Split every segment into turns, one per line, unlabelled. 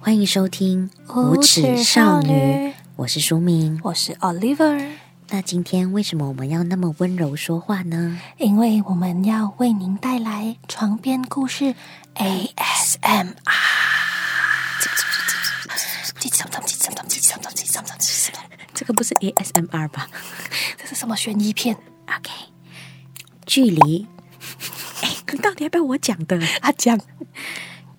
欢迎收听《无耻少女》，我是舒明。
我是 Oliver，
那今天为什么我们要那么温柔说话呢？
因为我们要为您带来床边故事 ASMR。
这个不是 ASMR 吧
这是什么悬疑片？
？OK，距离。 哎，你到底要不要我讲的？
阿江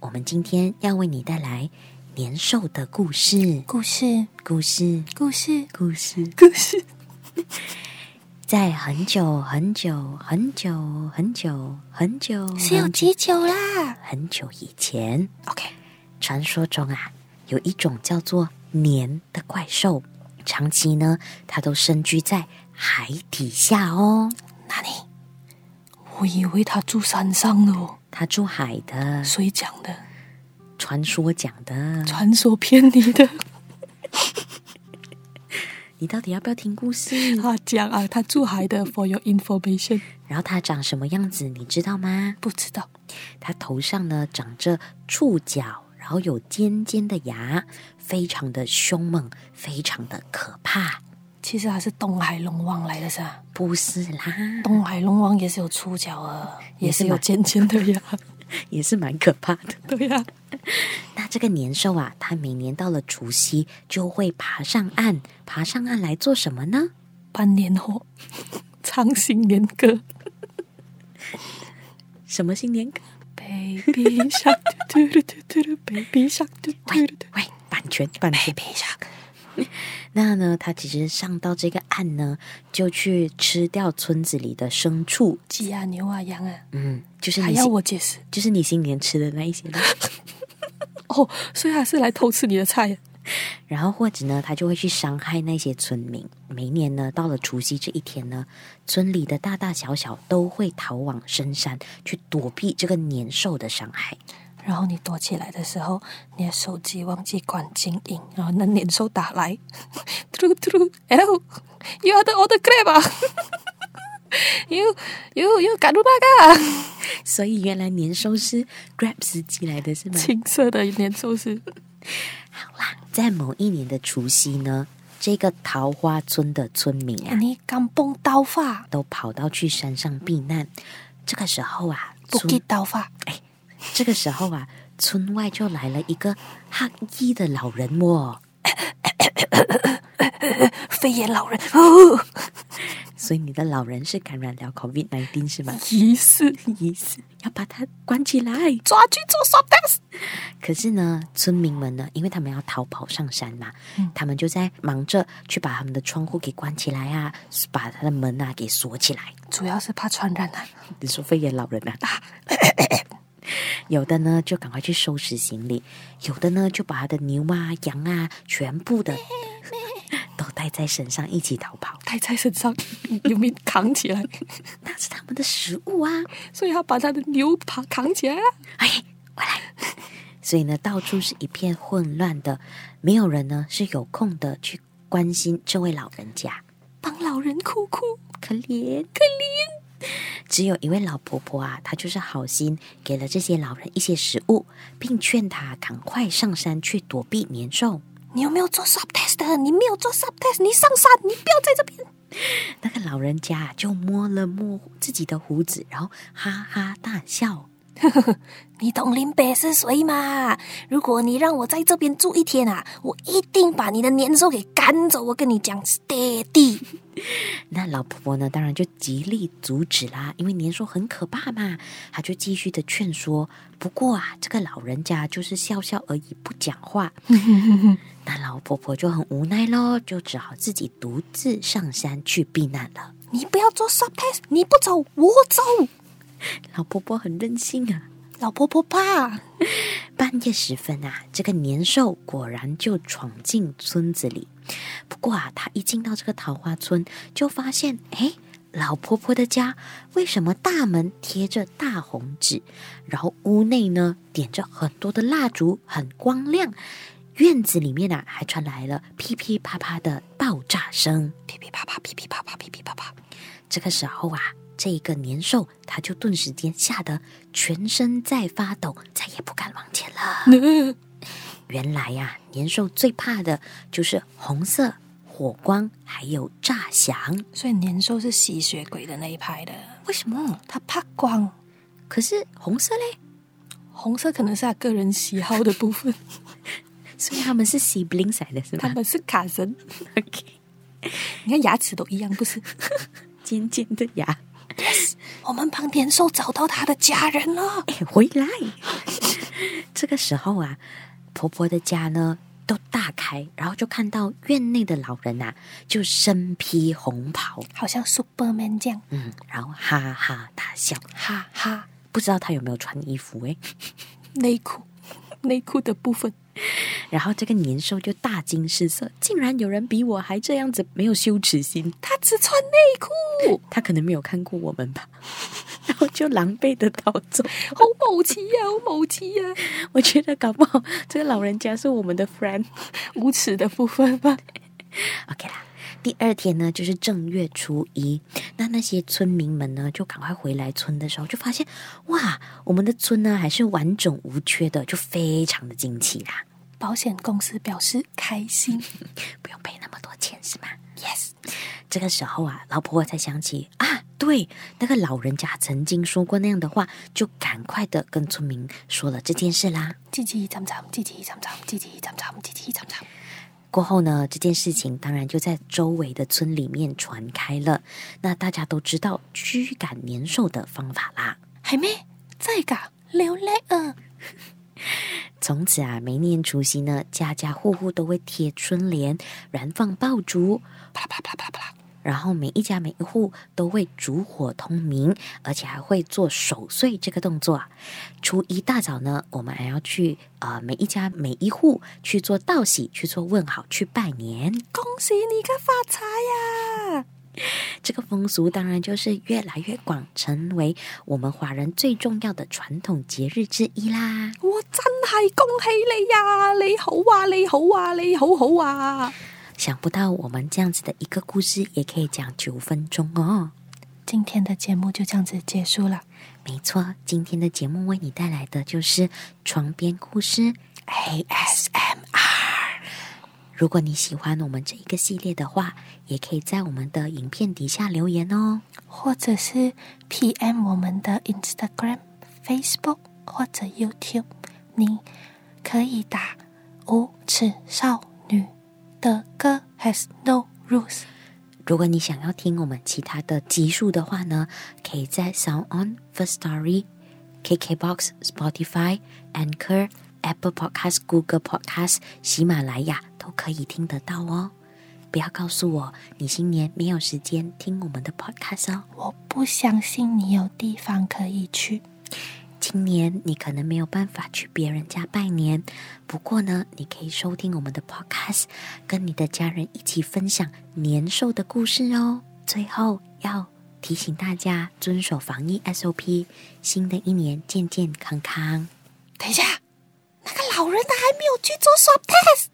我们今天要为你带来年兽的故事，
故事，
故事，
故事，
故事。
故事。
在很久很久很久很久很久
是有
很久
几久啦
很久以前，
？OK，
传说中啊，有一种叫做年的怪兽，长期呢，它都深居在海底下哦。
那你，我以为他住山上的哦，
它住海的，
谁讲的？
传说讲的。
传说骗你的。
你到底要不要听故事？
阿江啊，他住海的，for your information。
然后它长什么样子，你知道吗？
不知道，
它头上呢长着触角，然后有尖尖的牙，非常的凶猛，非常的可怕。
其实他是东海龙王来的噻。
不是啦，
东海龙王也是有触角啊，也
是
是
吗
有尖尖的呀。
也是蛮可怕的。
对呀、
那这个年兽啊，它每年到了除夕就会爬上岸，爬上岸来做什么呢？
办年货，唱新年歌
什么新年歌？
，Baby Shark，嘟嘟嘟嘟嘟，Baby Shark，嘟嘟
喂
嘟嘟
喂，版权版权
，Baby Shark。
那呢，它其实上到这个岸呢，就去吃掉村子里的牲畜，
鸡啊、牛啊、羊啊，
嗯，就是
还
你
要
新
我解释
就是你新年吃的那一些东西。
哦？所以他是来偷吃你的菜，
然后或者呢，他就会去伤害那些村民。每一年呢，到了除夕这一天呢，村里的大大小小都会逃往深山去躲避这个年兽的伤害。
然后你躲起来的时候，你的手机忘记关静音，然后那年兽打来， 嘟嘟嘟，L，you are the other crab 啊 ，you you you 赶路吧嘎。
所以原来年兽是 Grab 司机来的是 吗？
青色的年兽是
好啦，在某一年的除夕呢，这个桃花村的村民啊，
哎你敢蹦刀法，
都跑到去山上避难。这个时候啊，
不给
村
刀法，
这个时候啊，村外就来了一个黑衣的老人哦。
飞檐老人 哦，
所以你的老人是感染了 COVID 1 9是吗？
疑似
疑似嗯要把它关起来。
抓去做 swab test。
可是呢，村民们呢，因为他们要逃跑上山嘛，
嗯
他们就在忙着去把他们的窗户给关起来啊，把他的门啊给锁起来。
主要是怕传染啊，
你说肺炎老人啊，有的呢就赶快去收拾行李，有的呢就把他的牛啊、羊啊全部的都带在身上一起逃跑，
带在身上， 有没有扛起来？
那是他们的食物啊。
所以他把他的牛爬扛起来了。啊
哎，我来。所以呢，到处是一片混乱的，没有人呢是有空的去关心这位老人家，
帮老人哭哭，
可怜可怜。只有一位老婆婆啊，她就是好心给了这些老人一些食物，并劝他赶快上山去躲避年兽。
你有没有做 swab test 的？你没有做 swab test，你上山，你不要在这边。
那个老人家啊就摸了摸自己的胡子，然后哈哈大笑。
你懂林北是谁吗？如果你让我在这边住一天啊，我一定把你的年兽给赶走。我跟你讲，steady。
那老婆婆呢，当然就极力阻止啦，因为年兽很可怕嘛，她就继续的劝说。不过啊，这个老人家就是笑笑而已，不讲话。那老婆婆就很无奈咯，就只好自己独自上山去避难了。
你不要做 sub test，你不走我走。
老婆婆很任性啊。
老婆婆怕，
半夜时分啊，这个年兽果然就闯进村子里。不过啊，他一进到这个桃花村，就发现，哎，老婆婆的家为什么大门贴着大红纸，然后屋内呢点着很多的蜡烛，很光亮。院子里面啊，还传来了噼噼啪啪的爆炸声。
噼噼啪啪，噼噼啪啪，噼噼啪啪。
这个时候啊，这一个年兽他就顿 时间吓得全身在发抖，再也不敢往前了。
嗯
原来呀、年兽最怕的就是红色、火光还有炸响。
所以年兽是吸血鬼的那一派的，
为什么？
他怕光，
可是红色嘞？
红色可能是他个人喜好的部 分，
所以他们是喜不灵色的是
他
吗
们是卡神，
？OK，
你看牙齿都一样，不是？
尖尖的牙，
我们帮年兽找到他的家人了，
哎，回来。 这个时候啊，婆婆的家呢都大开，然后就看到院内的老人啊，就身披红袍，
好像 Superman 这样，
嗯，然后哈哈大笑，
哈哈，
不知道他有没有穿衣服诶。
内裤，内裤的部分，
然后这个年兽就大惊失色，竟然有人比我还这样子没有羞耻心，
他只穿内裤，
他可能没有看过我们吧， 然后就狼狈的逃走。
好某 奇呀、好某奇呀、
我觉得搞不好这个老人家是我们的 friend。
无耻的部分吧。
OK 啦，第二天呢就是正月初一，那那些村民们呢就赶快回来村的时候，就发现哇，我们的村呢还是完整无缺的，就非常的惊奇啦。
保险公司表示开心
不用赔那么多钱是吗？
，yes，
这个时候啊，老婆婆才想起啊，对，那个老人家曾经说过那样的话，就赶快的跟村民说了这件事啦。
叽叽喳喳，叽叽喳喳，叽叽喳喳，叽叽喳喳。
过后呢，这件事情当然就在周围的村里面传开了。那大家都知道驱赶年兽的方法啦。
系咩？真系噶？流泪啊！
从此啊，每年除夕呢，家家户户都会贴春联、燃放爆竹，
啪啦啪啦啪啦啪啦啪啦，
然后每一家每一户都会烛火通明，而且还会做守岁这个动作啊。初一大早呢，我们还要去呃每一家每一户去做道喜、去做问好、去拜年。
恭喜你家发财呀、
这个风俗当然就是越来越广，成为我们华人最重要的传统节日之一啦。
我真系恭喜你呀、你好啊，你好啊，你好好啊！
想不到我们这样子的一个故事也可以讲九分钟哦。
今天的节目就这样子结束了。
没错，今天的节目为你带来的就是床边故事 ASMR。如果你喜欢我们这一个系列的话，也可以在我们的影片底下留言哦。
或者是 PM 我们的 Instagram、Facebook 或者 YouTube，你可以打“无耻少女的歌 has no rules”。
如果你想要听我们其他的集数的话呢，可以在 Sound On、First Story、KKBox、Spotify、Anchor、Apple Podcast、Google Podcast、喜马拉雅都可以听得到哦。不要告诉我你新年没有时间听我们的 podcast 哦。
我不相信你有地方可以去。
今年你可能没有办法去别人家拜年，不过呢，你可以收听我们的 podcast，跟你的家人一起分享年兽的故事哦。最后要提醒大家遵守防疫 SOP，新的一年健健康康。
等一下，那个老人他还没有去做 swab test。